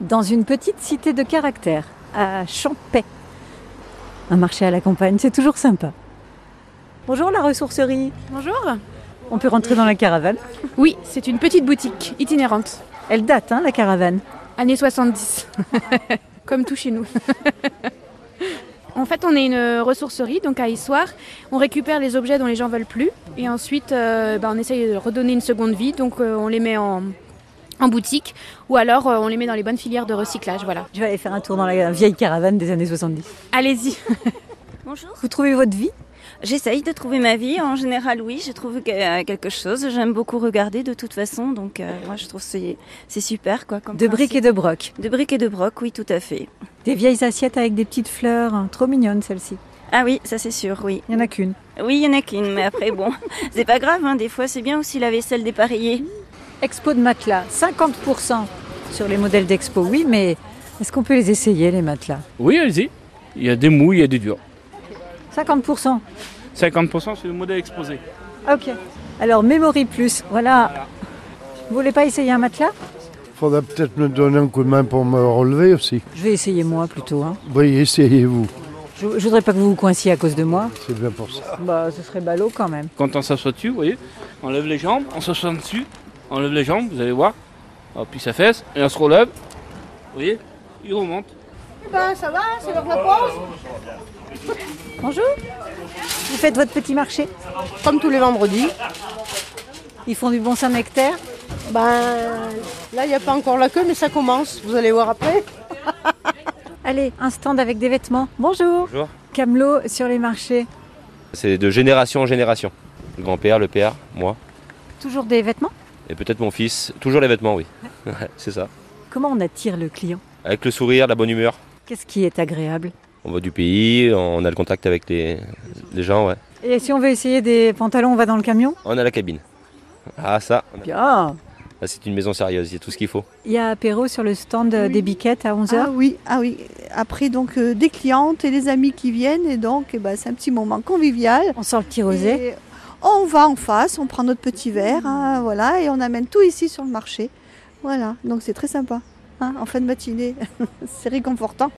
dans une petite cité de caractère, à Champais. Un marché à la campagne, c'est toujours sympa. Bonjour la ressourcerie. Bonjour. On peut rentrer dans la caravane. Oui, c'est une petite boutique itinérante. Elle date, hein, la caravane. Années 70. Comme tout chez nous. En fait, on est une ressourcerie, donc à Issoire. On récupère les objets dont les gens veulent plus. Et ensuite, euh, bah, on essaye de redonner une seconde vie. Donc, euh, on les met en, en boutique. Ou alors, euh, on les met dans les bonnes filières de recyclage. Voilà. Je vais aller faire un tour dans la vieille caravane des années 70. Allez-y. Bonjour. Vous trouvez votre vie J'essaye de trouver ma vie. En général, oui, je trouve que- euh, quelque chose. J'aime beaucoup regarder de toute façon. Donc, euh, moi, je trouve que c'est c'est super. quoi. Comme De briques et de broc. de... de briques et de broc, oui, tout à fait. Des vieilles assiettes avec des petites fleurs. hein. Trop mignonnes, celles-ci. Ah oui, ça c'est sûr, oui. Il n'y en a qu'une. Oui, il y en a qu'une, mais après, bon, c'est pas grave. hein. Des fois, c'est bien aussi la vaisselle dépareillée. Expo de matelas, 50% sur les modèles d'expo, oui, mais est-ce qu'on peut les essayer, les matelas Oui, allez-y. Il y a des mous, il y a des durs. 50% 50% c'est le modèle exposé. Ok. Alors, Memory Plus, voilà. Vous voulez pas essayer un matelas Faudra peut-être me donner un coup de main pour me relever aussi. Je vais essayer moi plutôt. hein. Oui, essayez-vous. Je, je voudrais pas que vous vous coinciez à cause de moi. C'est bien pour ça. Bah, ce serait ballot quand même. Quand on s'assoit dessus, vous voyez, on lève les jambes, on s'assoit dessus, on lève les jambes, vous allez voir. On puis sa fesse, et on se relève. Vous voyez, il remonte. Ah, Bonjour. Vous faites votre petit marché Comme tous les vendredis, Ils font du bon Saint-Nectaire ben là il n'y a pas encore la queue mais ça commence, vous allez voir après. Allez, un stand avec des vêtements. Bonjour. Bonjour. Camelot sur les marchés. C'est de génération en génération. Le grand-père, le père, moi, Toujours des vêtements et peut-être mon fils. Toujours les vêtements, oui. Ouais, c'est ça. Comment on attire le client Avec le sourire, la bonne humeur. Qu'est-ce qui est agréable On va du pays, on a le contact avec les, les gens, ouais. Et si on veut essayer des pantalons, on va dans le camion On a la cabine. Ah ça, on a- Bien. là, c'est une maison sérieuse, il y a tout ce qu'il faut. Il y a apéro sur le stand euh, Oui. des biquettes à 11h. Ah oui, ah oui. Après donc euh, des clientes et des amis qui viennent et donc eh ben, c'est un petit moment convivial. On sent le petit rosé. Et on va en face, on prend notre petit verre, hein, voilà, et on amène tout ici sur le marché. Voilà, donc c'est très sympa. hein, en fin de matinée, c'est réconfortant.